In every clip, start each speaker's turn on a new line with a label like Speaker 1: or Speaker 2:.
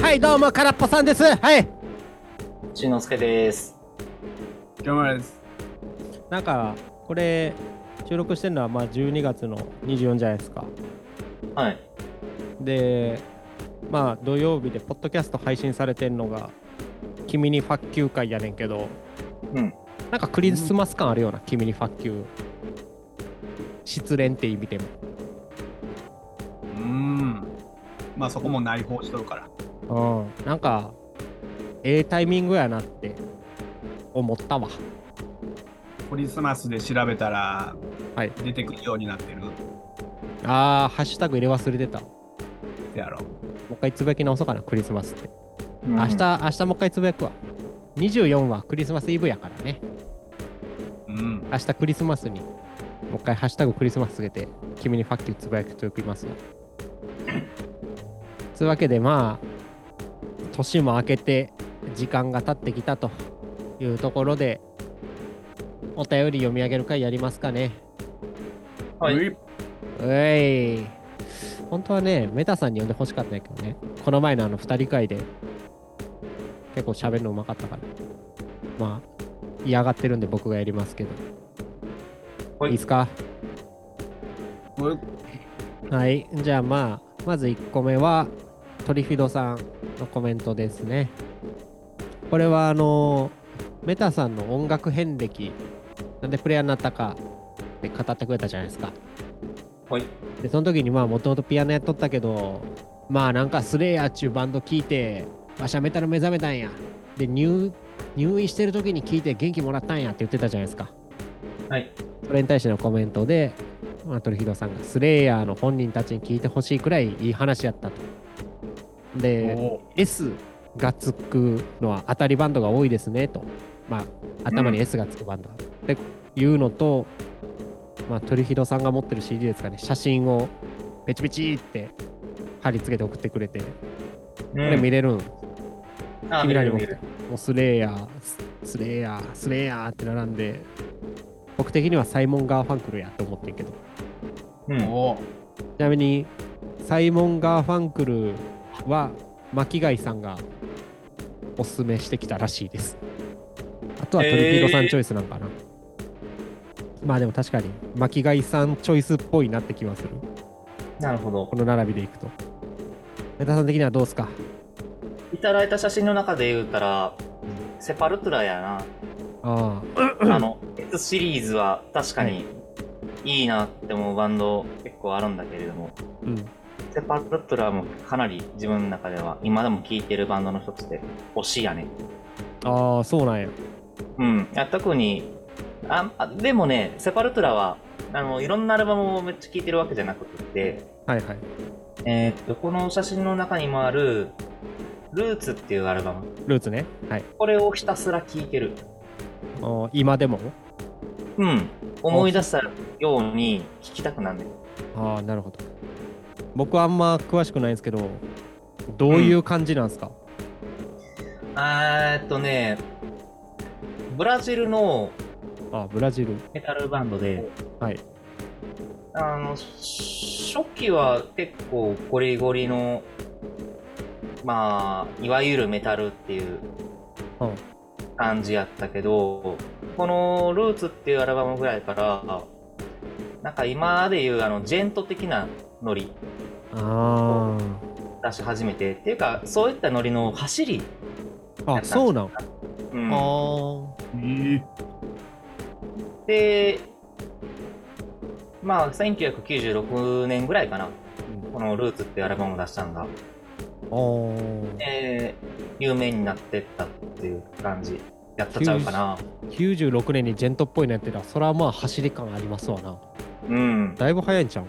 Speaker 1: はい、どうも、空っぽさんです。はい。
Speaker 2: しんのすけです。
Speaker 3: 頑張れです。
Speaker 1: なんか、これ、収録してるのは、まあ、12月の24じゃないですか。
Speaker 2: はい。
Speaker 1: で、まあ、土曜日で、ポッドキャスト配信されてるのが、君にファッキュー会やねんけど、
Speaker 2: うん。
Speaker 1: なんかクリスマス感あるような、君にファッキュー。失恋って意味でも。
Speaker 3: うーん。まあそこも内包しとるから。
Speaker 1: うん、なんかええタイミングやなって思ったわ
Speaker 3: クリスマスで調べたら、
Speaker 1: はい
Speaker 3: 出てくるようになってる
Speaker 1: あーハッシュタグ入れ忘れてたも
Speaker 3: やろ。
Speaker 1: う一回つぶやき直そうかなクリスマスって
Speaker 2: 明
Speaker 1: 明。日明日もう一回つぶやくわ24はクリスマスイブやからね
Speaker 3: うん。
Speaker 1: 明日クリスマスにもう一回ハッシュタグクリスマスつけて君にファッキュつぶやきときますよつうわけでまあ年も明けて時間が経ってきたというところでお便り読み上げる会やりますかね
Speaker 2: は
Speaker 3: う
Speaker 2: い。
Speaker 3: い。
Speaker 1: うえい本当はねメタさんに呼んでほしかったんやけどねこの前のあの2人会で結構喋るのうまかったからまあ嫌がってるんで僕がやりますけど、、
Speaker 2: はいい
Speaker 1: いですか
Speaker 3: うい
Speaker 1: はいじゃあまあまず1個目はトリフィドさんのコメントですねこれはあのメタさんの音楽遍歴なんでプレイヤーになったかって語ってくれたじゃないですか
Speaker 2: はい。
Speaker 1: でその時にまあもともとピアノやっとったけどまあなんかスレイヤーっちゅうバンド聴いてわしゃメタル目覚めたんやで入入院してる時に聴いて元気もらったんやって言ってたじゃないですか
Speaker 2: はい。
Speaker 1: それに対してのコメントで、まあ、鳥ひどさんがスレイヤーの本人たちに聞いてほしいくらいいい話やったとで
Speaker 3: お
Speaker 1: S がつくのは当たりバンドが多いですねとまあ頭に S がつくバンドっていうのと、まあ、鳥ひどさんが持ってる CD ですかね写真をペチペチって貼り付けて送ってくれてこれ見
Speaker 2: る。
Speaker 1: れるん、
Speaker 2: あ、見
Speaker 1: 見られ
Speaker 2: れる
Speaker 1: ま
Speaker 2: 見
Speaker 1: す
Speaker 2: れる。
Speaker 1: もうスレイヤーススレイヤースレイヤーって並んで僕的にはサイモン・ガーファンクルやと思ってんけど
Speaker 2: う
Speaker 3: お
Speaker 2: ん。
Speaker 3: おお
Speaker 1: ちなみにサイモン・ガーファンクルは巻貝さんがおすすめしてきたらしいです。あとはトリフィードさんチョイスなんかな。まあでも確かに巻貝さんチョイスっぽいなって気はする。
Speaker 2: なるほど
Speaker 1: こ。の並びでいくと。メタさん的にはどうですか
Speaker 2: いただいた写真の中で言うたら、セパルトゥラや
Speaker 1: あ
Speaker 2: な。あの、X シリーズは確かにいいなって思うバンド結構あるんだけれども、
Speaker 1: あ、うん。
Speaker 2: セパルトゥラもかなり自分の中では今でも聴いてるバンドの一つで推しやね。
Speaker 1: ああ、そうなんや。
Speaker 2: うん。いや特に、ああでもね、セパルトゥラは、あの、いろんなアルバムをめっちゃ聴いてるわけじゃなくて、
Speaker 1: はいはい。
Speaker 2: えーっと、この写真の中にもある、ルーツっていうアルバム。
Speaker 1: ルーツね。はい。
Speaker 2: これをひたすら聴いてる。
Speaker 1: お今でも
Speaker 2: うん。思い出したように聴きたくなるね。
Speaker 1: ああ、なるほど。僕はあんま詳しくないんですけど、どういう感じなんですか、
Speaker 2: あーっとね、ブラジルの
Speaker 1: ああ、ブラジル。
Speaker 2: メタルバンドで、
Speaker 1: はい。
Speaker 2: あの、初期は結構ゴリゴリの、まあ、いわゆるメタルっていう
Speaker 1: うん
Speaker 2: 感じやったけど、このルーツっていうアルバムぐらいから、なんか今でいうあの、ジェント的なノリ
Speaker 1: あ
Speaker 2: 出し始めて、っていうか、そういったノリの走り、
Speaker 1: あ。あ、そうなん。
Speaker 2: うん
Speaker 1: あー
Speaker 3: いい。
Speaker 2: で、まあ、1996年ぐらいかな、このルーツっていうアルバムを出したんが、
Speaker 1: あー。
Speaker 2: えー有名になってったっていう感じやったちゃうかな。
Speaker 1: 96年にジェントっぽいのやってたら、それはまあ走り感ありますわな。
Speaker 2: うん。
Speaker 1: だいぶ早いんちゃう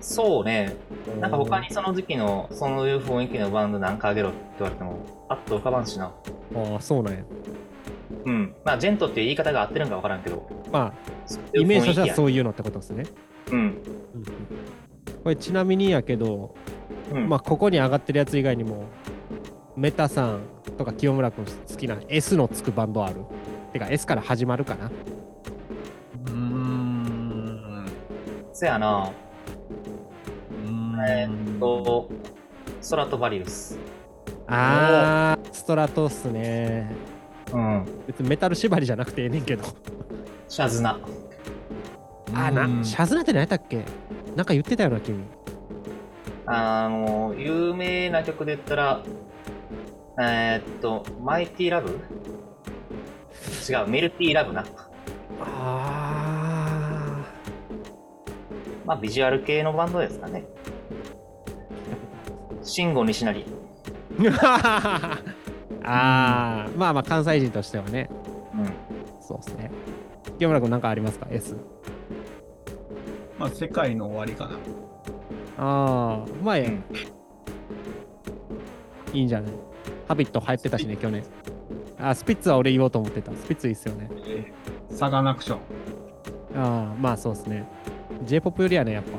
Speaker 2: そうね。なんか他にその時期の、そういう雰囲気のバンドなんかあげろって言われても、パッと浮かばんしな。
Speaker 1: ああ、そうなんや。
Speaker 2: うん。まあ、ジェントっていう言い方が合ってるんかわからんけど、
Speaker 1: ま
Speaker 2: そう
Speaker 1: あ、
Speaker 2: い
Speaker 1: イ
Speaker 2: う
Speaker 1: メージとして
Speaker 2: 雰囲気
Speaker 1: は
Speaker 2: や
Speaker 1: そういうのってことですね。
Speaker 2: うん。
Speaker 1: これちなみにやけど、
Speaker 2: うん。
Speaker 1: まあ、ここに上がってるやつ以外にも、メタさんとか清村君好きな S のつくバンドある。てか S から始まるかな。
Speaker 3: うーん。
Speaker 2: せやな。
Speaker 3: うーん
Speaker 2: えーっと、空飛バリウス。
Speaker 1: あー、ストラトっすね。
Speaker 2: うん。
Speaker 1: 別にメタル縛りじゃなくてええねんけど。
Speaker 2: シャズ
Speaker 1: あ
Speaker 2: ナ。
Speaker 3: う
Speaker 1: ー
Speaker 3: ん
Speaker 1: な、シャズナって何やったっけなんか言ってたよな、君。
Speaker 2: あの、有名な曲で言ったら、えーっと、マイティラブ違う、メルティラブな。
Speaker 1: あ
Speaker 2: まあ、ビジュアル系のバンドですかね。慎吾西成。
Speaker 1: ー。 あー、まあまあ、関西人としてはね。
Speaker 2: うん。
Speaker 1: そうですね。清村君、なんかありますか ?S。
Speaker 3: まあ、世界の終わりかな。
Speaker 1: ああ、まあ、
Speaker 2: ん
Speaker 1: いいんじゃないハビット流行ってたしね、去年。あ、スピッツは俺言おうと思ってた。スピッツいいっすよね。
Speaker 3: えーサガナクション。
Speaker 1: ああ、まあそうですね。J-POP よりはね、やっぱ。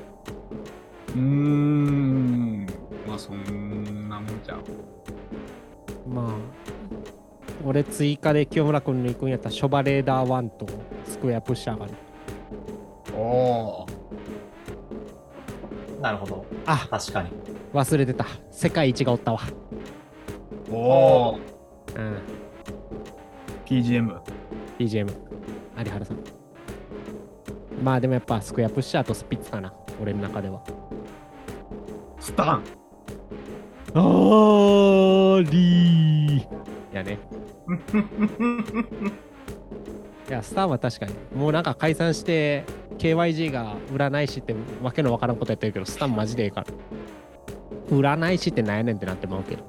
Speaker 3: うーん。まあ、そんなもんじゃん。
Speaker 1: まあ、俺追加で清村君に行くんやったら、ショバレーダー1とスクエアプッシャーがね。
Speaker 3: おお。
Speaker 2: なるほど。
Speaker 1: あ、
Speaker 2: 確かに。
Speaker 1: 忘れてた。世界一がおったわ。
Speaker 3: おお。
Speaker 1: うん。
Speaker 3: PGM。
Speaker 1: BGM。有原さん。まあでもやっぱスクエアプッシャーとスピッツかな。俺の中では。
Speaker 3: スタン。
Speaker 1: あーりーやね。 いや、スターは確かに。もうなんか解散して、KYG が占い師ってわけのわからんことやってるけど、スタンマジでええから。占い師ってなんやねんってなってまうけど。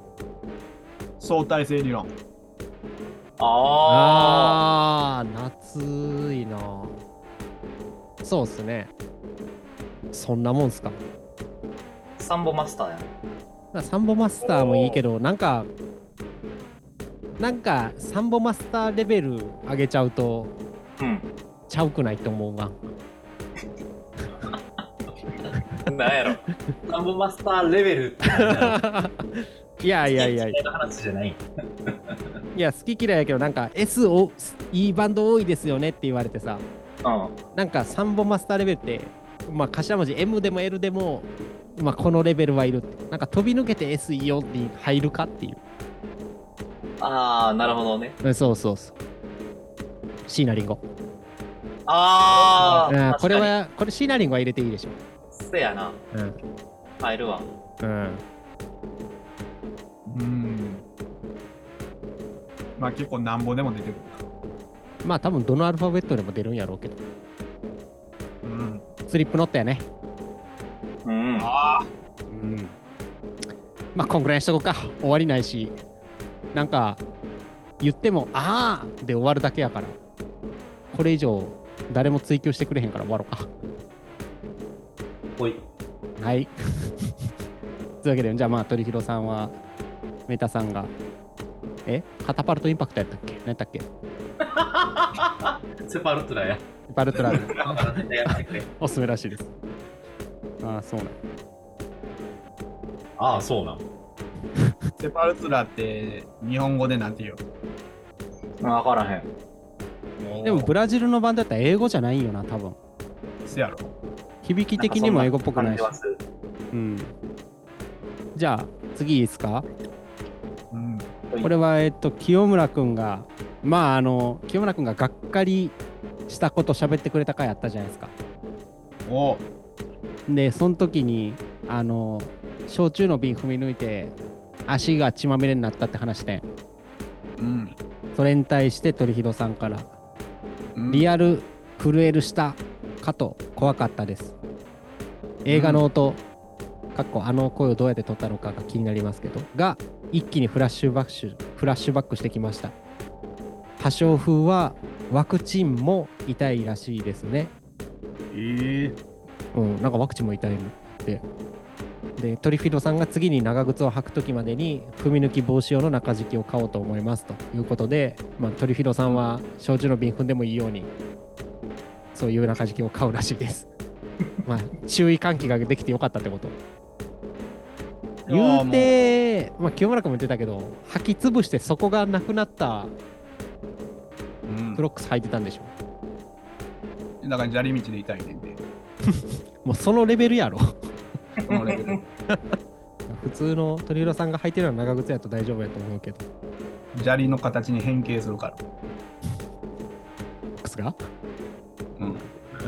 Speaker 3: 相対性理論。
Speaker 2: ああ。
Speaker 1: あー、夏いなそうっすね。そんなもんすか。
Speaker 2: サンボマスターやん。
Speaker 1: まあサンボマスターもいいけど、なんか、なんか、サンボマスターレベル上げちゃうと、ちゃうくない と思うが。
Speaker 2: うん。 なんやろ。サンボマスターレベルってなんやろ
Speaker 1: いやいやいやい
Speaker 2: そんな話じゃない。
Speaker 1: や、好き嫌いやけど、なんか S を、いいバンド多いですよねって言われてさ、
Speaker 2: うん。
Speaker 1: なんかサンボマスターレベルって、まあ頭文字 M でも L でも、まあこのレベルはいるって。なんか飛び抜けて S いいよって入るかっていう。
Speaker 2: ああ、なるほどね。
Speaker 1: うんそうそうそう。シーナリンゴ。
Speaker 2: ああ、
Speaker 1: うん
Speaker 2: 確
Speaker 1: これ
Speaker 2: かに。
Speaker 1: は、これシーナリンゴは入れていいでしょ。
Speaker 2: せやな。
Speaker 1: うん。
Speaker 2: 入るわ。
Speaker 1: うん。
Speaker 3: うーん。まあ、結構なんぼでも出てくる
Speaker 1: まあ多分どのアルファベットでも出るんやろうけど。
Speaker 3: な。うん。
Speaker 1: スリップノットやね。
Speaker 2: うん。
Speaker 3: ああ。
Speaker 1: うんまあこんぐらいにしとこうか終わりないしなんか言っても「ああ」で終わるだけやからこれ以上誰も追求してくれへんから終わろうか
Speaker 2: ほい。
Speaker 1: はい というわけでじゃあまあ鳥広さんはメタさんがえカタパルトインパクトやったっけ何やったっけ
Speaker 2: セパルト ラや。
Speaker 1: バルトラ
Speaker 2: やってくれ
Speaker 1: おすすめらしい ですああそうなん
Speaker 2: ああ、そうな
Speaker 3: セパルツラって日本語でなんて言う
Speaker 2: の。わからへん。
Speaker 3: の
Speaker 1: でもブラジルのバンドやったら英語じゃないんよな多分
Speaker 3: せやろ。
Speaker 1: 響き的にも英語っぽくないし
Speaker 2: んかそん感じはする
Speaker 1: うんじゃあ次いいですか
Speaker 3: うん。
Speaker 1: これは、えっと、清村君が、まあ、あの、清村君ががっかりしたこと喋ってくれた回あったじゃないですか。
Speaker 3: おお。
Speaker 1: で、その時に、あの、焼酎の瓶踏み抜いて、足が血まみれになったって話して、
Speaker 3: うん。
Speaker 1: それに対して鳥広さんから、
Speaker 3: うん
Speaker 1: リアル震えるしたかと怖かったです。映画の音、かっこあの声をどうやって撮ったのかが気になりますけど、が一気にフラッシュバッシュ、フラッシュバックしてきました。破傷風はワクチンも痛いらしいですね。
Speaker 3: ええ
Speaker 1: うん、なんかワクチンも痛いって。で、トリフィドさんが次に長靴を履く時までに踏み抜き防止用の中敷きを買おうと思いますということで、まあ、トリフィドさんは焼酎の瓶踏んでもいいようにそういう中敷きを買うらしいです。まあ注意喚起ができてよかったってこと。言うて、まあ、清村君も言ってたけど履き潰して底がなくなった
Speaker 3: うん
Speaker 1: クロックス履いてたんでしょ。
Speaker 3: だから砂利道で痛いねんで。
Speaker 1: もうそのレベルやろ。。
Speaker 3: このレベル
Speaker 1: 普通の鳥広さんが履いてるような長靴やと大丈夫やと思うけど
Speaker 3: 砂利の形に変形するから。
Speaker 1: 靴が
Speaker 3: うん。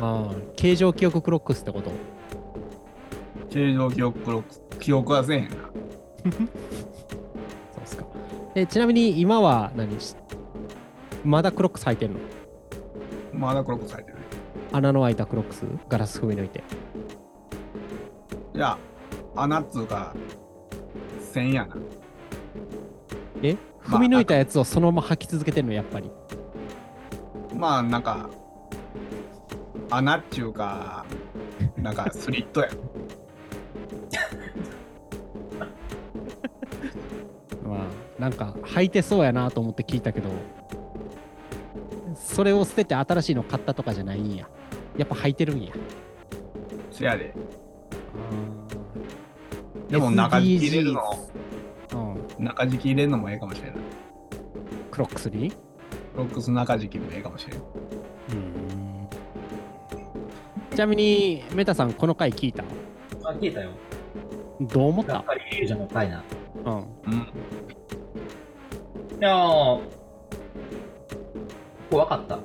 Speaker 1: ああ形状記憶クロックスってこと
Speaker 3: 形状記憶クロック、記憶はせえへんな。
Speaker 1: そうっすかえちなみに今は何しまだクロックス履いてるの
Speaker 3: まだクロックされてない。
Speaker 1: 穴の開いたクロックスガラス踏み抜いて
Speaker 3: いや、穴っつうか、線やな。
Speaker 1: え
Speaker 3: まあ
Speaker 1: 踏み抜いたやつをそのまま履き続けてるのやっぱり
Speaker 3: まあ、なんか、穴っちゅうか、なんかスリットや。
Speaker 1: まあなんか履いてそうやなと思って聞いたけどそれを捨てて新しいの買ったとかじゃないんややっぱ履いてるんや
Speaker 3: せやで。でも中敷き入れるの、
Speaker 1: のうん
Speaker 3: 中敷き入れるのもええかもしれない。
Speaker 1: クロックスに
Speaker 3: クロックス中敷きもええかもしれない。
Speaker 1: ちなみにメタさんこの回聞いた
Speaker 2: あ、聞いたよ。
Speaker 1: どう思っ、
Speaker 2: やったぱりリュウジャーの回な。い
Speaker 1: うん、
Speaker 3: うん。
Speaker 2: やー、怖かった。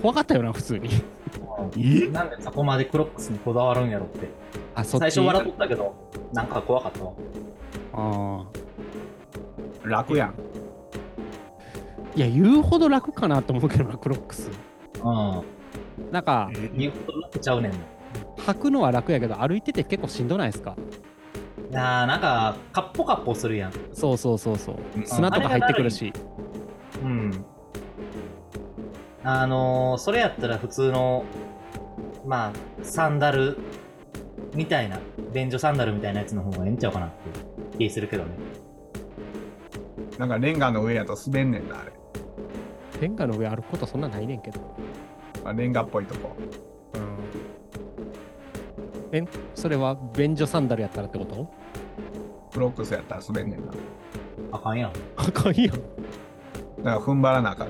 Speaker 1: 怖かったよな普通に
Speaker 3: え
Speaker 2: なんでそこまでクロックスにこだわるんやろって。
Speaker 1: あそっち
Speaker 2: 最初笑っとったけど、なんか怖かったわ。
Speaker 1: あ
Speaker 3: 楽や
Speaker 1: ー
Speaker 3: ん。
Speaker 1: いや言うほど楽かなと思うけどなクロックス
Speaker 2: う
Speaker 1: なんか
Speaker 2: ん。言うことなくちゃうねんな。い
Speaker 1: 履くのは楽やけど歩いてて結構しんどないですか
Speaker 2: やー、なんか、カッポカッポするやん。
Speaker 1: そうそうそうそう
Speaker 3: うん
Speaker 1: 砂とか入ってくるし
Speaker 2: うん。あのー、それやったら普通の、まあ、サンダルみたいな、便所サンダルみたいなやつの方がええんちゃうかなっていう気するけどね。
Speaker 3: なんかレンガの上やと滑んねんな、あれ。
Speaker 1: レンガの上歩くことそんなないねんけど
Speaker 3: まあ、レンガっぽいとこ。
Speaker 1: うんえそれは便所サンダルやったらってこと
Speaker 3: クロックスやったら滑んねんな。だ
Speaker 2: あかんやん。
Speaker 1: あかんやん
Speaker 3: から踏ん張らなあかん。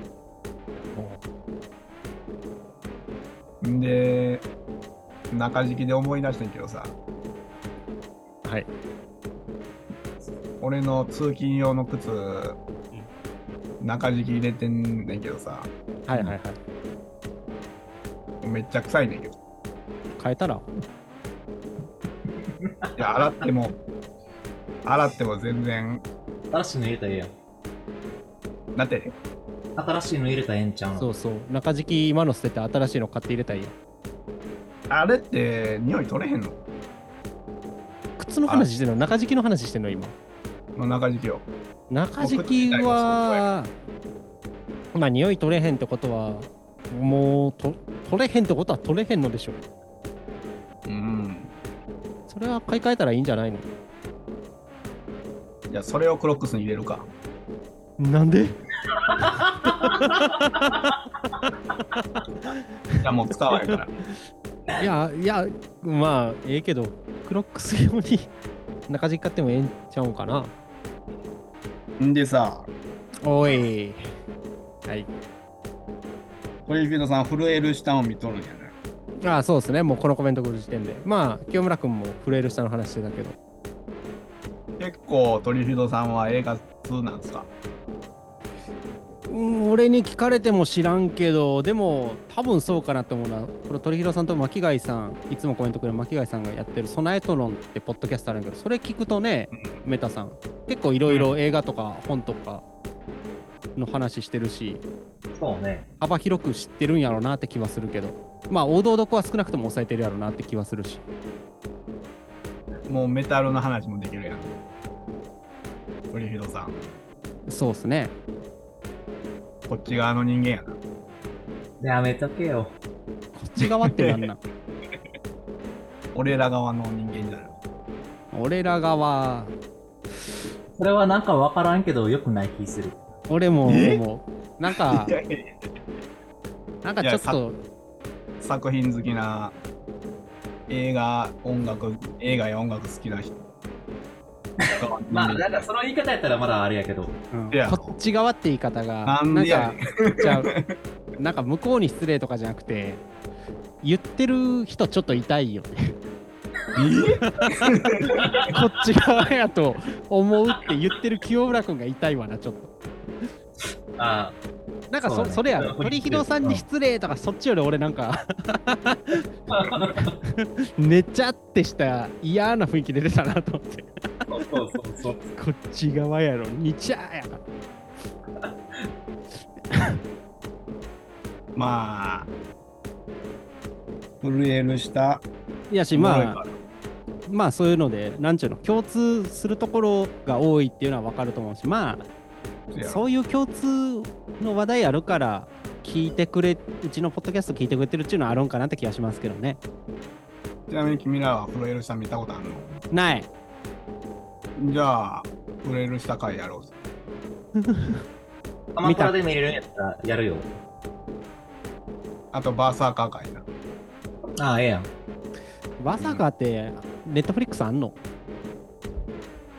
Speaker 3: んで中敷きで思い出してんけどさ
Speaker 1: はい
Speaker 3: 俺の通勤用の靴中敷き入れてんねんけどさ
Speaker 1: はいはいはい
Speaker 3: めっちゃ臭いねんけど
Speaker 1: 変えたら
Speaker 3: いや洗っても洗っても全然
Speaker 2: 新しいの入れたらええやん。
Speaker 3: だって
Speaker 2: 新しいの入れたらええんちゃうの
Speaker 1: そうそう中敷き今の捨てて新しいの買って入れたらいいよ
Speaker 3: あれって匂い取れへんの
Speaker 1: 靴の話してんの中敷きの話してんの今
Speaker 3: の中敷きを
Speaker 1: 中敷きはまあ匂い取れへんってことはもうと取れへんってことは取れへんのでしょ
Speaker 3: うん
Speaker 1: それは買い替えたらいいんじゃないの
Speaker 3: いやそれをクロックスに入れるか
Speaker 1: なんで
Speaker 3: いやもう使わへんから
Speaker 1: いやいやまあええけどクロックス用に 中敷き買ってもええんちゃうんかなん
Speaker 3: でさ
Speaker 1: おいはい
Speaker 3: 鳥フィードさん震える下を見とるんやな
Speaker 1: ああそうですねもうこのコメント来る時点でまあ清村君も震える下の話してたけど
Speaker 3: 結構鳥フィードさんは映画通なんすか
Speaker 1: うん、俺に聞かれても知らんけどでも多分そうかなと思うなこの鳥広さんと巻貝さんいつもコメントくれる巻貝さんがやってる「ソナエトロン」ってポッドキャストあるんだけどそれ聞くとねメタさん結構いろいろ映画とか本とかの話してるし
Speaker 2: そうね。
Speaker 1: 幅広く知ってるんやろうなって気はするけどまあ王道どこは少なくとも抑えてるやろうなって気はするし
Speaker 3: もうメタルの話もできるやん。トリフィドさん、
Speaker 1: そうっすね
Speaker 3: こっち側の人間やな。
Speaker 2: やめとけよ。
Speaker 1: こっち側ってなんなん
Speaker 3: 俺ら側の人間じゃない。
Speaker 1: 俺ら側
Speaker 2: それはなんかわからんけど、よくない気する。
Speaker 1: 俺も
Speaker 3: え
Speaker 1: 思うなんか
Speaker 3: いやいやいや
Speaker 1: なんかちょっ
Speaker 3: いや
Speaker 1: と
Speaker 3: 作品好きな映画、音楽、映画や音楽好きな人。
Speaker 2: まあ、なんかその言い方やったらまだあれやけど。
Speaker 1: うん
Speaker 3: いや
Speaker 1: こっち側って言い方が
Speaker 3: なんでやね
Speaker 1: なんかじゃあ なんか向こうに失礼とかじゃなくて言ってる人ちょっと痛いよねこっち側やと思うって言ってる清村君が痛いわなちょっと
Speaker 2: あ
Speaker 1: なんか
Speaker 2: そ
Speaker 1: そう
Speaker 2: だね
Speaker 1: それやろ鳥ひろさんに失礼とかそっちより俺なんか寝ちゃってした嫌な雰囲気出てたなと思って
Speaker 2: あ、そうそうそうそう。
Speaker 1: こっち側やろにちゃーやから
Speaker 3: まあ、震えるした。
Speaker 1: いやし
Speaker 3: おもろい
Speaker 1: ま
Speaker 3: か
Speaker 1: あまあそういうのでなんちゅうの共通するところが多いっていうのは分かると思うしまあ
Speaker 3: ら
Speaker 1: そういう共通の話題あるから聞いてくれうちのポッドキャスト聞いてくれてるっていうのはあるんかなって気がしますけどね
Speaker 3: ちなみに君らは震えるした見たことある
Speaker 1: ない
Speaker 3: のじゃあ、震えるした回やろうぜ。
Speaker 2: アマプラで見れるんやったらやるよ。
Speaker 3: あと、バーサーカー回な。
Speaker 2: ああ、ええやん。
Speaker 1: まさかってネットフリックスあんの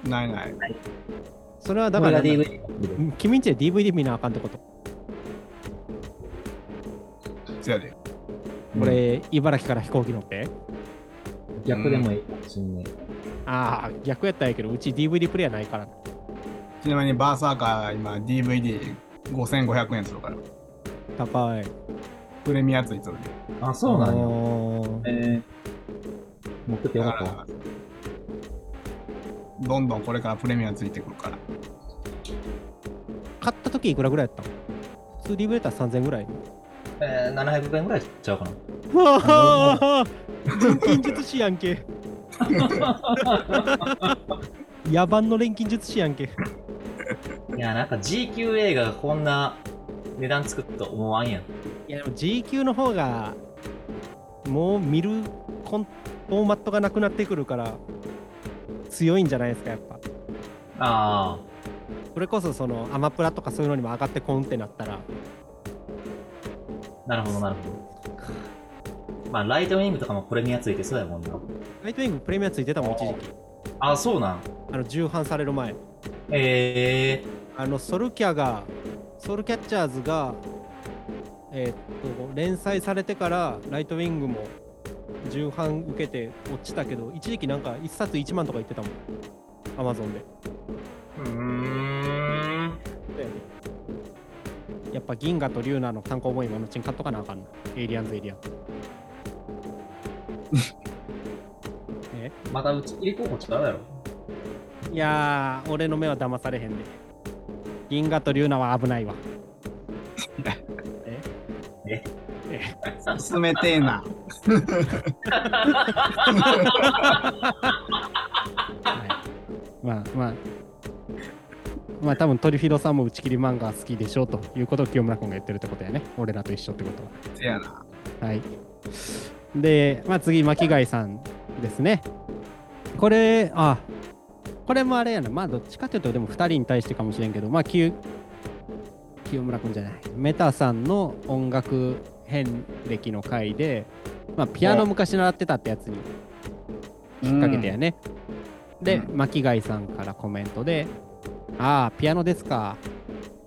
Speaker 3: ないない。
Speaker 1: それはだ
Speaker 2: だ
Speaker 1: か
Speaker 2: からら
Speaker 1: なんだ
Speaker 2: DVD。
Speaker 1: 君んちで DVD 見なあかんってこと
Speaker 3: せやで。
Speaker 2: うん
Speaker 1: 俺茨城から飛行機乗って
Speaker 2: 逆でもいいかもしんない。
Speaker 1: ああ逆やったらやけどうち DVD プレイヤーないから
Speaker 3: ちなみに、バーサーカー今、DVD5500 円するから。
Speaker 1: 高い
Speaker 3: プレミアついてるで。
Speaker 2: あ、そうなんや。
Speaker 1: よ
Speaker 2: えー、持っててよ
Speaker 3: だ
Speaker 2: かった
Speaker 3: から、どんどんこれからプレミアついてくるから。
Speaker 1: 買った時いくらぐらいやったの普通 DVD やったら3000ぐらい
Speaker 2: えー、700円ぐらいちゃうかな。
Speaker 1: わあ錬金術師やんけ野蛮の錬金術師やんけ
Speaker 2: いや、なんか G 級映画がこんな値段つくと思わんやん。
Speaker 1: いやでも G 級の方がもう見るコンフォーマットがなくなってくるから強いんじゃないですかやっぱ
Speaker 2: あ
Speaker 1: それこそそのアマプラとかそういうのにも上がってこんってなったら
Speaker 2: あ、なるほど、なるほど。まあ、ライトウィングとかもプレミアついてそうやもんな。
Speaker 1: ライトウィングプレミアついてたもん一時期
Speaker 2: あ、そうなん。
Speaker 1: あの重版される前
Speaker 2: え
Speaker 1: あのソルキャがソルキャッチャーズがえーっと連載されてからライトウィングも重版受けて落ちたけど一時期なんか1冊1万とか言ってたもんアマゾンで
Speaker 2: ー。うーん。
Speaker 1: やっぱ銀河とリュウナの単行本今のうちに買っとかなあかんなエイリアンズエイリアン
Speaker 2: またうち入れ候補違うやろ。
Speaker 1: いやー俺の目は騙されへんで銀河とリュウナは危ないわ
Speaker 3: 進めてえな。
Speaker 1: はいまあまあまあ多分トリフィドさんも打ち切り漫画好きでしょうということを清村君が言ってるってことやね俺らと一緒ってこと
Speaker 3: せやな。
Speaker 1: ははいで、まあ、次巻貝さんですねこれあこれもあれやなまあどっちかというとでも2人に対してかもしれんけどまあ清清村君じゃないメタさんの音楽遍歴の回で、まあ、ピアノ昔習ってたってやつに引
Speaker 3: 引
Speaker 1: っ掛けてやね。で、
Speaker 3: う
Speaker 1: 巻貝さんからコメントで、ああ、ピアノですか。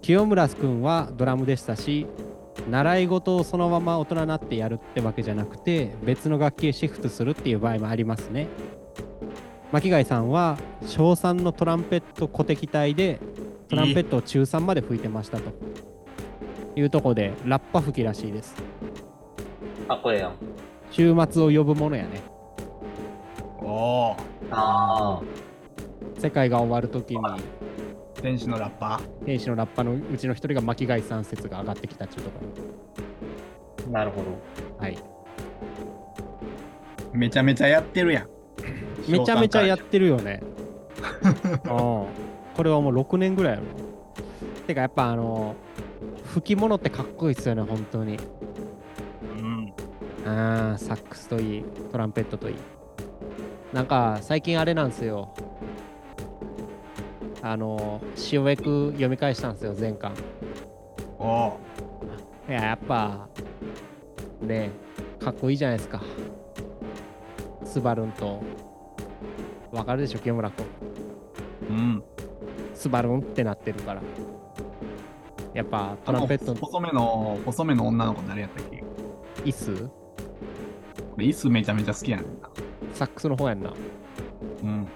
Speaker 1: 清村君はドラムでしたし、習い事をそのまま大人になってやるってわけじゃなくて、別の楽器へシフトするっていう場合もありますね。巻貝さんは小3のトランペット鼓笛隊でトランペットを中3まで吹いてましたというとこでラッパ吹きらしいです
Speaker 2: あ、これやん。
Speaker 1: 週末を呼ぶものやね
Speaker 3: おお。
Speaker 2: あ
Speaker 1: 世界が終わる時に
Speaker 3: 天使のラッパ
Speaker 1: 兵士のラッパのうちの一人が巻貝三節が上がってきたっていうとこ
Speaker 2: あ、なるほど。
Speaker 1: ろ、はい、
Speaker 3: ー。めちゃめちゃやってるやん。
Speaker 1: めちゃめちゃやってるよねうんこれはもう6年ぐらいやろてかやっぱあの吹き物ってかっこいいっすよね本当に
Speaker 3: うん。
Speaker 1: あーサックスといいトランペットといいなんか最近あれなんですよあの潮江く読み返したんですよ前巻
Speaker 3: おお。
Speaker 1: いや、やっぱ、ねえ、かっこいいじゃないですか。スバルンと、わかるでしょ、清村君。
Speaker 3: うん。
Speaker 1: スバルンってなってるから。やっぱ、トランペットの
Speaker 3: 細めの、細めの女の子誰やったっけ
Speaker 1: 椅子
Speaker 3: 俺、椅子めちゃめちゃ好きやねんな。
Speaker 1: サックスの方やんな。
Speaker 3: うん。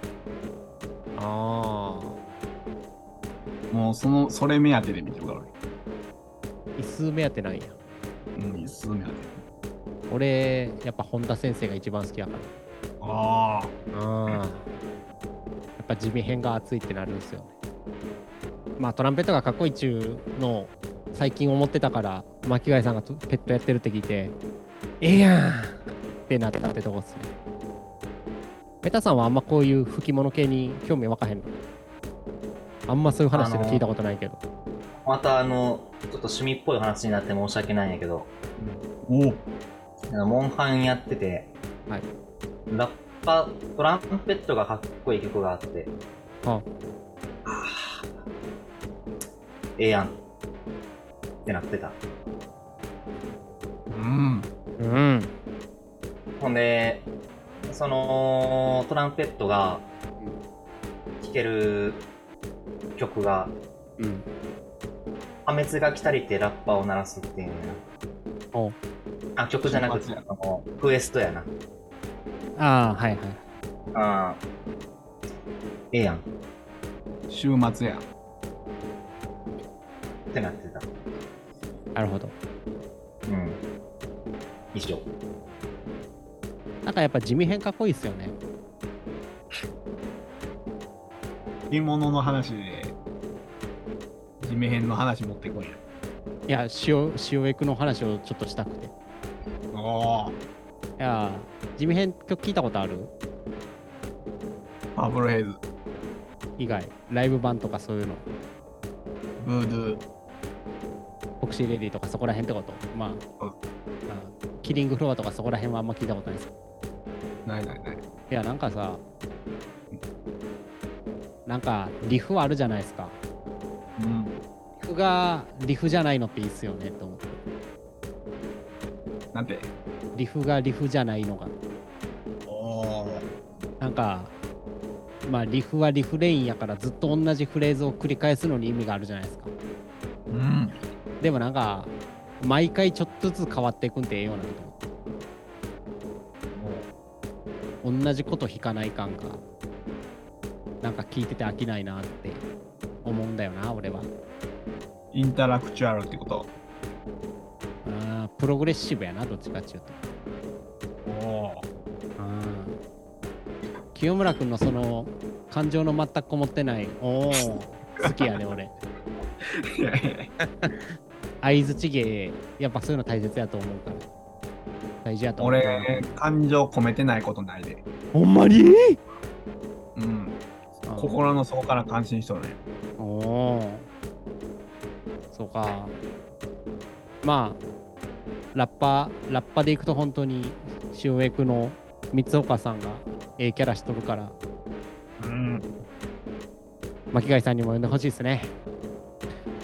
Speaker 1: ああ。
Speaker 3: もうその、それ目当てで見てるから
Speaker 1: 椅子目当てなんや。
Speaker 3: 俺。うん、椅子目当て。
Speaker 1: 俺、やっぱ本田先生が一番好きやから。
Speaker 3: ああ。
Speaker 1: あやっぱ地味編が熱いってなるんですよね。まあトランペットがかっこいいっちゅうのを最近思ってたから巻貝さんがとペットやってるって聞いてええやんってなったってとこっすね。ペタさんはあんまこういう吹き物系に興味わかへんのあんまそういう話っていうの聞いたことないけど。
Speaker 2: またあの、ちょっと趣味っぽい話になって申し訳ないんやけど、
Speaker 3: お
Speaker 2: あのモンハンやってて、
Speaker 1: はい
Speaker 2: ラッパ、トランペットがかっこいい曲があって、
Speaker 1: は
Speaker 2: ええやんってなってた。
Speaker 3: うん。
Speaker 1: うん。
Speaker 2: ほんで、そのトランペットが聴ける曲が、
Speaker 1: うん。
Speaker 2: 破滅が来たりってラッパーを鳴らすっていうのやな
Speaker 1: お
Speaker 2: あ、曲じゃなくて、
Speaker 3: 瞬
Speaker 2: あのクエストやな。
Speaker 1: ああ、はいはい。
Speaker 2: あーええやんっ
Speaker 3: 週末や。
Speaker 2: てなってた。
Speaker 1: なるほど。
Speaker 2: うん。以上。
Speaker 1: なんかやっぱ地味編かっこいいっすよね。
Speaker 3: 着物の話で、地面編の話持ってこい
Speaker 1: い
Speaker 3: や。
Speaker 1: や、塩、塩エクの話をちょっとしたくて。
Speaker 3: おお。
Speaker 1: いやー、地味編曲聞いたことある
Speaker 3: パープルヘイズ、
Speaker 1: 以外、ライブ版とかそういうの、
Speaker 3: ブードゥー。
Speaker 1: ボクシーレディとかそこら辺ってことまあ、
Speaker 3: うん
Speaker 1: あキリングフロアとかそこら辺はあんま聞いたことないです。
Speaker 3: ないないない。
Speaker 1: いや、なんかさ、なんかリフあるじゃないですか。
Speaker 3: うん。
Speaker 1: リフがリフじゃないのっていいっすよねと思って。
Speaker 3: なんて。
Speaker 1: リフがリフじゃないのが。
Speaker 3: おお。
Speaker 1: なんか、まあリフはリフレインやからずっと同じフレーズを繰り返すのに意味があるじゃないですか。
Speaker 3: うん。
Speaker 1: でもなんか、毎回ちょっとずつ変わっていくんでええようなと思って。同じこと弾かない感がなんか聞いてて飽きないなって思うんだよな俺は
Speaker 3: インタラクチュアルってこと。
Speaker 1: あープログレッシブやなどっちかっちゅうと
Speaker 3: お
Speaker 1: う
Speaker 3: お。
Speaker 1: ん清村君のその感情の全くこもってないおお好きやね俺
Speaker 3: いやいやいや
Speaker 1: 相づち芸やっぱそういうの大切やと思うから大事やと思う
Speaker 3: 俺、感情込めてないことないで。
Speaker 1: ほんまに
Speaker 3: うん。心の底から感心しとるね。
Speaker 1: おおーそうかまあラッパラッパでいくと本当に塩エクの三岡さんがええキャラしとるから
Speaker 3: うん。
Speaker 1: 巻貝さんにも呼んでほしいですね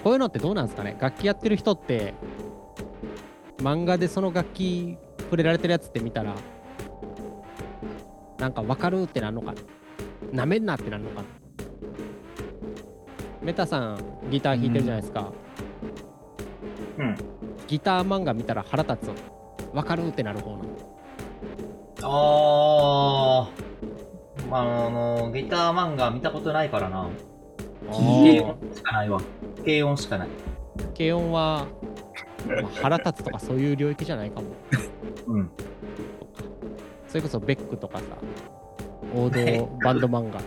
Speaker 1: こういうのってどうなんですかね楽器やってる人って漫画でその楽器触れられてるやつって見たらなんか分かるってなるのかななめんなってなるのかなメタさんギター弾いてるじゃないですか、
Speaker 2: うん。
Speaker 1: ギター漫画見たら腹立つわかるってなる方なの
Speaker 2: あー、まあ、あの、ギター漫画見たことないからな。軽
Speaker 1: 軽
Speaker 2: 音しかないわ。軽音しかない。
Speaker 1: 軽音は、まあ腹立つとかそういう領域じゃないかも
Speaker 2: うん。
Speaker 1: それこそベックとかさ王道バンド漫画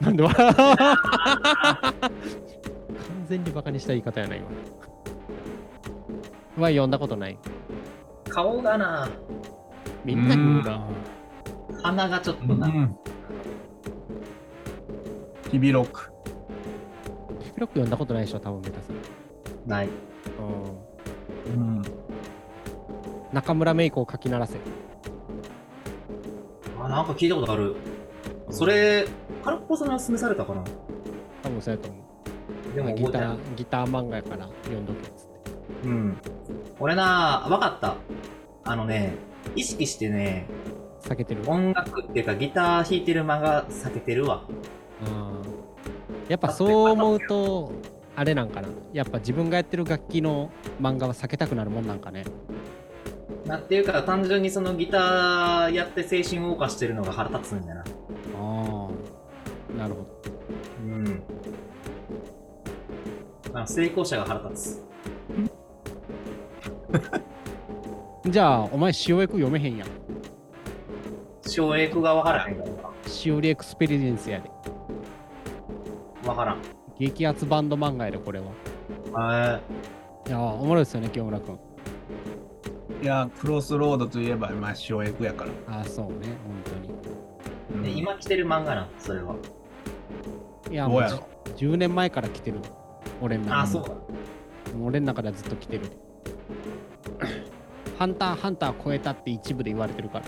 Speaker 1: なんで笑完全にバカにした言い方やな今は読んだことない
Speaker 2: 顔がな、
Speaker 1: みんな言うな
Speaker 2: 鼻がちょっと
Speaker 3: う
Speaker 2: な。
Speaker 3: ん。日々ロック。
Speaker 1: 広く読んだことないでしょ多分メタさん、
Speaker 2: ない。
Speaker 1: うん、
Speaker 3: うん。
Speaker 1: 中村メイクをかき鳴らせ
Speaker 2: あ、なんか聞いたことある。それ、空っぽさんにお勧めされたかな
Speaker 1: 多分そうやと思う
Speaker 2: でも
Speaker 1: ギ
Speaker 2: 覚え
Speaker 1: タ
Speaker 2: てない。
Speaker 1: ーギター漫画やから読んどけっつって
Speaker 2: うん。俺な、わかった。あのね、意識してね、
Speaker 1: 避けてる
Speaker 2: 音楽っていうかギター弾いてる間が避けてるわ。
Speaker 1: あーやっぱそう思うとあれなんかなやっぱ自分がやってる楽器の漫画は避けたくなるもんなんかね
Speaker 2: なんていうか、単純にそのギターやって精神謳歌してるのが腹立つんだよな。
Speaker 4: ああ、なるほど。
Speaker 2: うん。あの成功者が腹立
Speaker 4: じゃあ、お前、塩役読めへんやん。
Speaker 2: つ。省エクがわからへんから
Speaker 1: しおりエクスペリエンスやで。
Speaker 2: 今。わからん。
Speaker 1: 激アツバンド漫画やで、これは。
Speaker 2: え
Speaker 4: いやー、おもろいですよね、清村君。
Speaker 3: いや、クロスロードといえば、まあ、塩エクやから。
Speaker 4: ああ、そうね、本当に。
Speaker 3: うん
Speaker 2: ー、今着てる漫画なん、それは。
Speaker 1: いや、
Speaker 3: ど
Speaker 1: も
Speaker 3: う
Speaker 1: う
Speaker 3: やろ
Speaker 1: 10年前から来てる。俺の中で
Speaker 2: あ、そう だ。
Speaker 1: もう俺の中ではずっと来てる。ハンター、ハンター超えたって一部で言われてるから。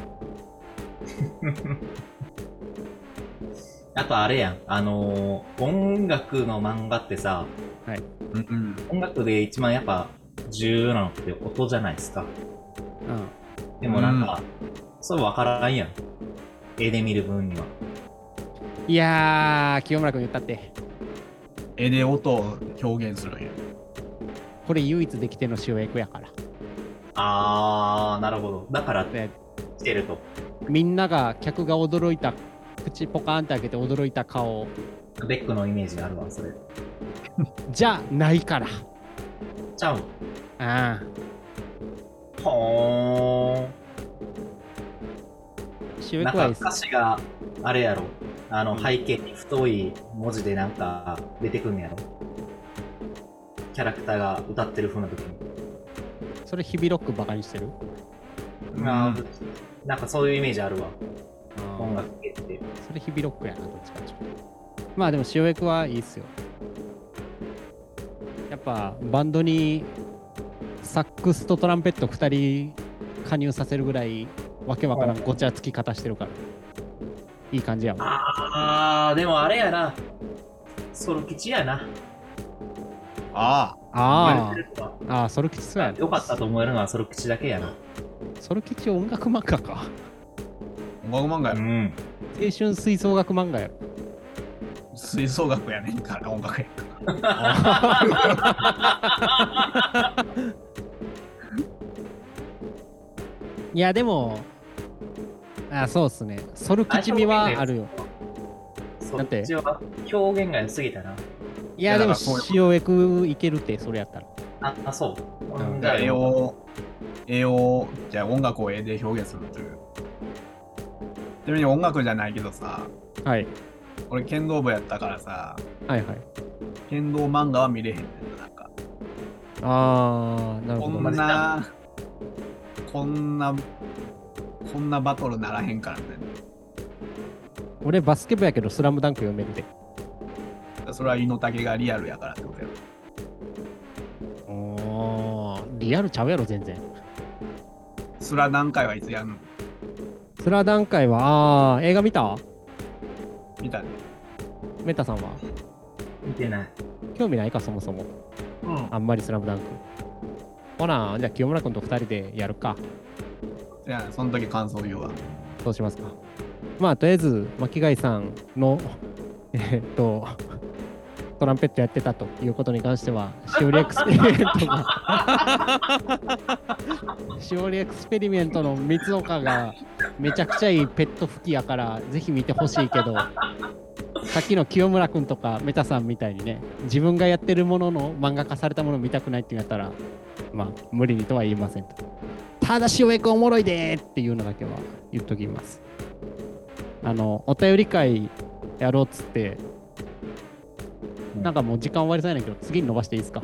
Speaker 2: あとあれやん。あのー音楽の漫画ってさ、
Speaker 3: うんうん。
Speaker 2: 音楽で一番やっぱ重要なのって音じゃないですか。
Speaker 4: うん。
Speaker 2: でもなんか、それわからんやん。絵で見る分には。
Speaker 1: いやー、清村君言ったって。
Speaker 3: 絵で音を表現するんや。
Speaker 1: これ唯一できての塩役やから。
Speaker 2: あー、なるほど。だからね
Speaker 1: ね、
Speaker 2: 来てると。
Speaker 1: みんなが、客が驚いた、口ポカーンって開けて驚いた顔
Speaker 2: ベックのイメージがあるわ、それ。
Speaker 1: じゃないから。
Speaker 2: ちゃう
Speaker 1: ああ、
Speaker 2: ほーん。
Speaker 1: 塩
Speaker 2: な
Speaker 1: 役
Speaker 2: んか
Speaker 1: はです
Speaker 2: 歌詞があれやろあの背景に太い文字でなんか出てくんのやろキャラクターが歌ってる風な時に、
Speaker 1: それ、日々ロックバカにしてる
Speaker 2: あーなんかそういうイメージあるわ音
Speaker 4: あ
Speaker 2: 楽系って
Speaker 1: それ、日々ロックやな、どっちかっていうとまあでも、塩役はいいっすよ。やっぱ、バンドに、サックスとトランペット2人加入させるぐらい、わけわからんごちゃつき方してるから。いい感じやわ。
Speaker 2: あーでもあれやなソロ吉やな
Speaker 3: あ
Speaker 1: あ
Speaker 2: 言われてるのは
Speaker 1: あ、ああ、ソルキチそうやね。
Speaker 2: 良かったと思えるのはソロ吉だけやな
Speaker 1: ソルキチ音楽漫画か。
Speaker 3: あ、音楽漫画や
Speaker 2: う
Speaker 3: ろ。
Speaker 2: ん
Speaker 1: 青春吹奏楽漫画やろ。
Speaker 3: 吹奏楽やねんから、音楽やから。
Speaker 1: いや、でも、あ、そうっすね。ソルキチ味はあるよ。
Speaker 2: そ
Speaker 1: だ
Speaker 2: っ
Speaker 1: って
Speaker 2: ちは表現が良すぎたない
Speaker 1: や、でも
Speaker 3: だから、
Speaker 1: 塩エクいけるって、それやったら。
Speaker 2: ああそう、
Speaker 1: うん
Speaker 2: うん
Speaker 3: じゃあ、絵を、絵を、じゃあ音楽を絵で表現するという。ちなみに音楽じゃないけどさ、
Speaker 1: はい。
Speaker 3: 俺剣道部やったからさ、
Speaker 1: はいはい。
Speaker 3: 剣道漫画は見れへんねんなんか。
Speaker 1: あー、なる
Speaker 3: こ
Speaker 1: ほ
Speaker 3: ん
Speaker 1: ど。
Speaker 3: な、こんな、こんなバトルならへんからみたい
Speaker 1: 俺、バスケ部やけど、スラムダンク読めるで。
Speaker 3: な。それは猪竹がリアルやからってことやろ。
Speaker 1: おー、リアルちゃうやろ、全然。
Speaker 3: スラ段階はいつやんの
Speaker 1: スラダン界は、あー、映画見た
Speaker 3: みたいな。
Speaker 1: メタさんは
Speaker 2: 見てない
Speaker 1: 興味ないか、そもそも。
Speaker 3: うん。
Speaker 1: あんまりスラムダンク。ほな、じゃあ、清村君と2人でやるか。
Speaker 3: じゃあ、その時感想 言うわ。
Speaker 1: どうしますかまあとりあえず巻貝さんの えーっとトランペットやってたということに関してはしおりエクスペリメントがしおりエクスペリメントの三岡がめちゃくちゃいいペット吹きやからぜひ見てほしいけどさっきの清村君とかメタさんみたいにね自分がやってるものの漫画化されたものを見たくないって言うんやったらまあ無理にとは言いませんとただしおえくおもろいでーっていうのだけは言っときます。あの、お便り会やろうっつって、
Speaker 2: うん
Speaker 1: なんかもう時間終わりそうやねんけど、次に伸ばしていいですか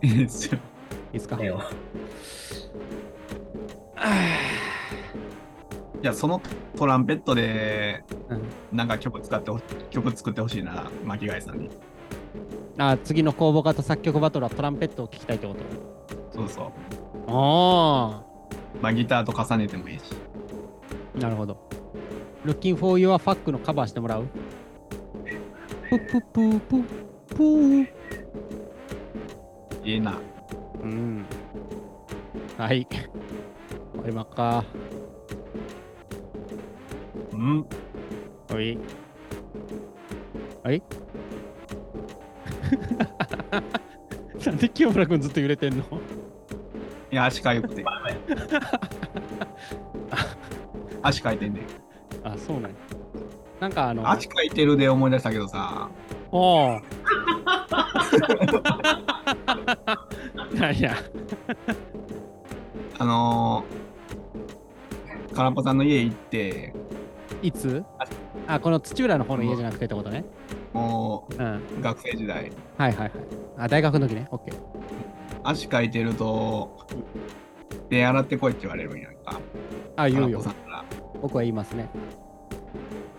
Speaker 1: いいですか
Speaker 2: 絵を
Speaker 3: いや、そのトランペットで
Speaker 1: うん、
Speaker 3: なんか曲使ってほ、曲作ってほしいな、巻貝さんに。
Speaker 1: あ次の公募型作曲バトルはトランペットを聞きたいってこと
Speaker 3: そうそう。
Speaker 1: あ
Speaker 3: まあ、ギターと重ねてもいいし。
Speaker 1: あ、なるほど。Looking for your fuck のカバーしてもらうプップップープップー。
Speaker 3: いいな。
Speaker 1: うん。はい。終わりまっか。
Speaker 3: うん。
Speaker 1: はい。はい なんで清村君ずっと揺れてんの
Speaker 3: いや、足かゆく て。足かいてんねん。
Speaker 1: あ、そうなんや。なんかあの、
Speaker 3: 足かいてるで思い出したけどさ、
Speaker 1: おお。 なんや。
Speaker 3: あのー、空っぽさんの家行って、
Speaker 1: いつあ、この土浦の方の家じゃなくてってことね。
Speaker 3: も
Speaker 1: うん。はい
Speaker 3: うん、学生時代、
Speaker 1: はいはい。あ、大学の時ね。オッケー。
Speaker 3: 足かいてると、手洗ってこいって言われるんやんか。
Speaker 1: あ、言
Speaker 3: 空
Speaker 1: う
Speaker 3: っぽ
Speaker 1: よ
Speaker 3: さ。んから。
Speaker 1: 僕は言いますね。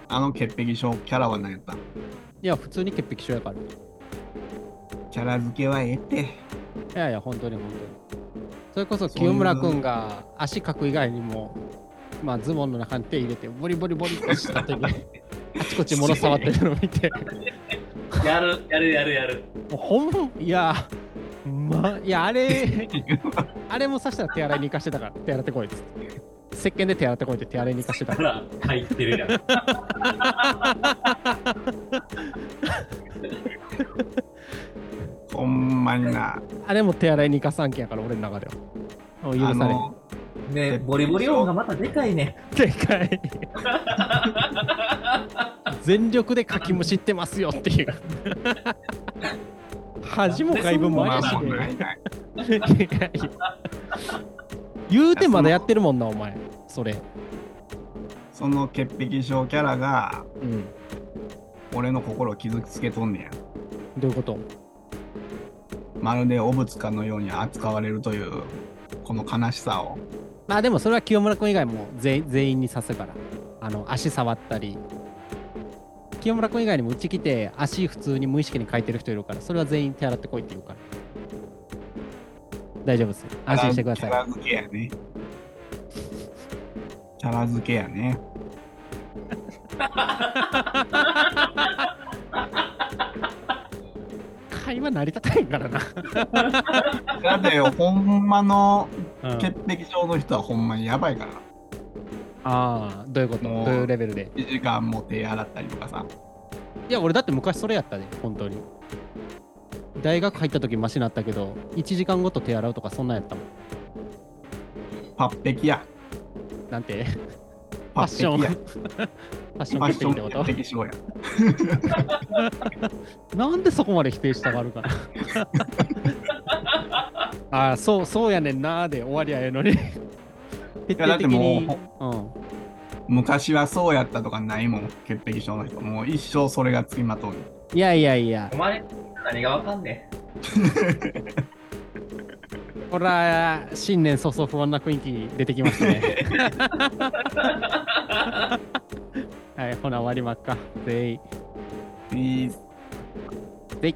Speaker 3: あの潔癖症キャラは何やった
Speaker 1: いや、普通に潔癖症やから。い
Speaker 3: キャラ付けはええって。
Speaker 1: やいや、本当に本当に。それこそ
Speaker 3: そういう
Speaker 1: 清村君が足かく以外にも、まあズボンの中に手入れて、ボリボリボリってした時に、あちこち物触ってるの見て、
Speaker 2: やる、やる、やる、やる。
Speaker 1: もうほんま、いや、ま、いや、あれ、あれもさしたら手洗いに行かしてたから、手洗ってこいっつって。石鹸で手洗ってこいって手洗いに行かしてた
Speaker 2: ほ
Speaker 1: から。
Speaker 2: ら、入ってるやん。
Speaker 3: ほんまにな。
Speaker 1: あれも手洗いに行かさんけやから、俺の中では。もう許
Speaker 3: あ
Speaker 1: されん。
Speaker 3: の、
Speaker 2: ね、ボリボリ音がまたでかいね。
Speaker 1: でか い全力でかきむしってますよっていう恥も外分も
Speaker 3: まあ
Speaker 1: 怪
Speaker 3: ま
Speaker 1: し
Speaker 3: あ、ないいない。
Speaker 1: ででかい言うてまだやってるもんなお前それ
Speaker 3: その潔癖症キャラが、
Speaker 1: うん
Speaker 3: 俺の心を傷つけとんねや。
Speaker 1: どういうこと
Speaker 3: まるでお物かのように扱われるという、この悲しさを。
Speaker 1: まあでもそれは清村君以外も全員全員にさすからあの足触ったり清村君以外にもうち来て足普通に無意識に書いてる人いるからそれは全員手洗ってこいって言うから大丈夫ですよ安心してください
Speaker 3: キャラ付けやね。キャラ付けやね。
Speaker 1: 会話成り立たへんからな、
Speaker 3: だってよ、ほんまの潔癖症の人はほんまにやばいから。
Speaker 1: ああどういうこと
Speaker 3: もう
Speaker 1: どういうレベルで
Speaker 3: 1時間も手洗ったりとかさ。
Speaker 1: いや俺だって昔それやったで本当に大学入った時マシになったけど1時間ごと手洗うとかそんなんやったもん
Speaker 3: パッペキや。
Speaker 1: なんてフ
Speaker 3: パ
Speaker 1: ァッ
Speaker 3: ッペ
Speaker 1: シ
Speaker 3: キ
Speaker 1: ョン
Speaker 3: や。
Speaker 1: ファッシ
Speaker 3: フ
Speaker 1: ョ
Speaker 3: ァ
Speaker 1: ン
Speaker 3: ッ
Speaker 1: 決
Speaker 3: シ
Speaker 1: 定っ
Speaker 3: ョン
Speaker 1: てこと
Speaker 3: 潔癖症や。
Speaker 1: なんでそこまで否定したがる かなああそうそうやねんなーで終わりやええのに徹
Speaker 3: や
Speaker 1: 底
Speaker 3: だって
Speaker 1: 的
Speaker 3: もう
Speaker 1: にうん
Speaker 3: 昔はそうやったとかないもん潔癖症の人もう一生それがつきまとう
Speaker 1: いやいやいや
Speaker 2: お前、何がわかんね
Speaker 1: これは新年早々不安な雰囲気出てきましたね。はい、ほな終わりまっか。全員。
Speaker 3: いい
Speaker 1: でい